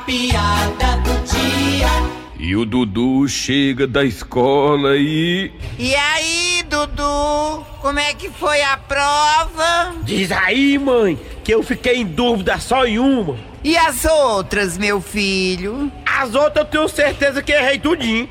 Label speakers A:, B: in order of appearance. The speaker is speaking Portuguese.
A: piada do dia.
B: E o Dudu chega da escola e.
C: E aí, Dudu, como é que foi a prova?
D: Diz aí, mãe, que eu fiquei em dúvida só em uma.
C: E as outras, meu filho?
D: As outras eu tenho certeza que errei tudinho.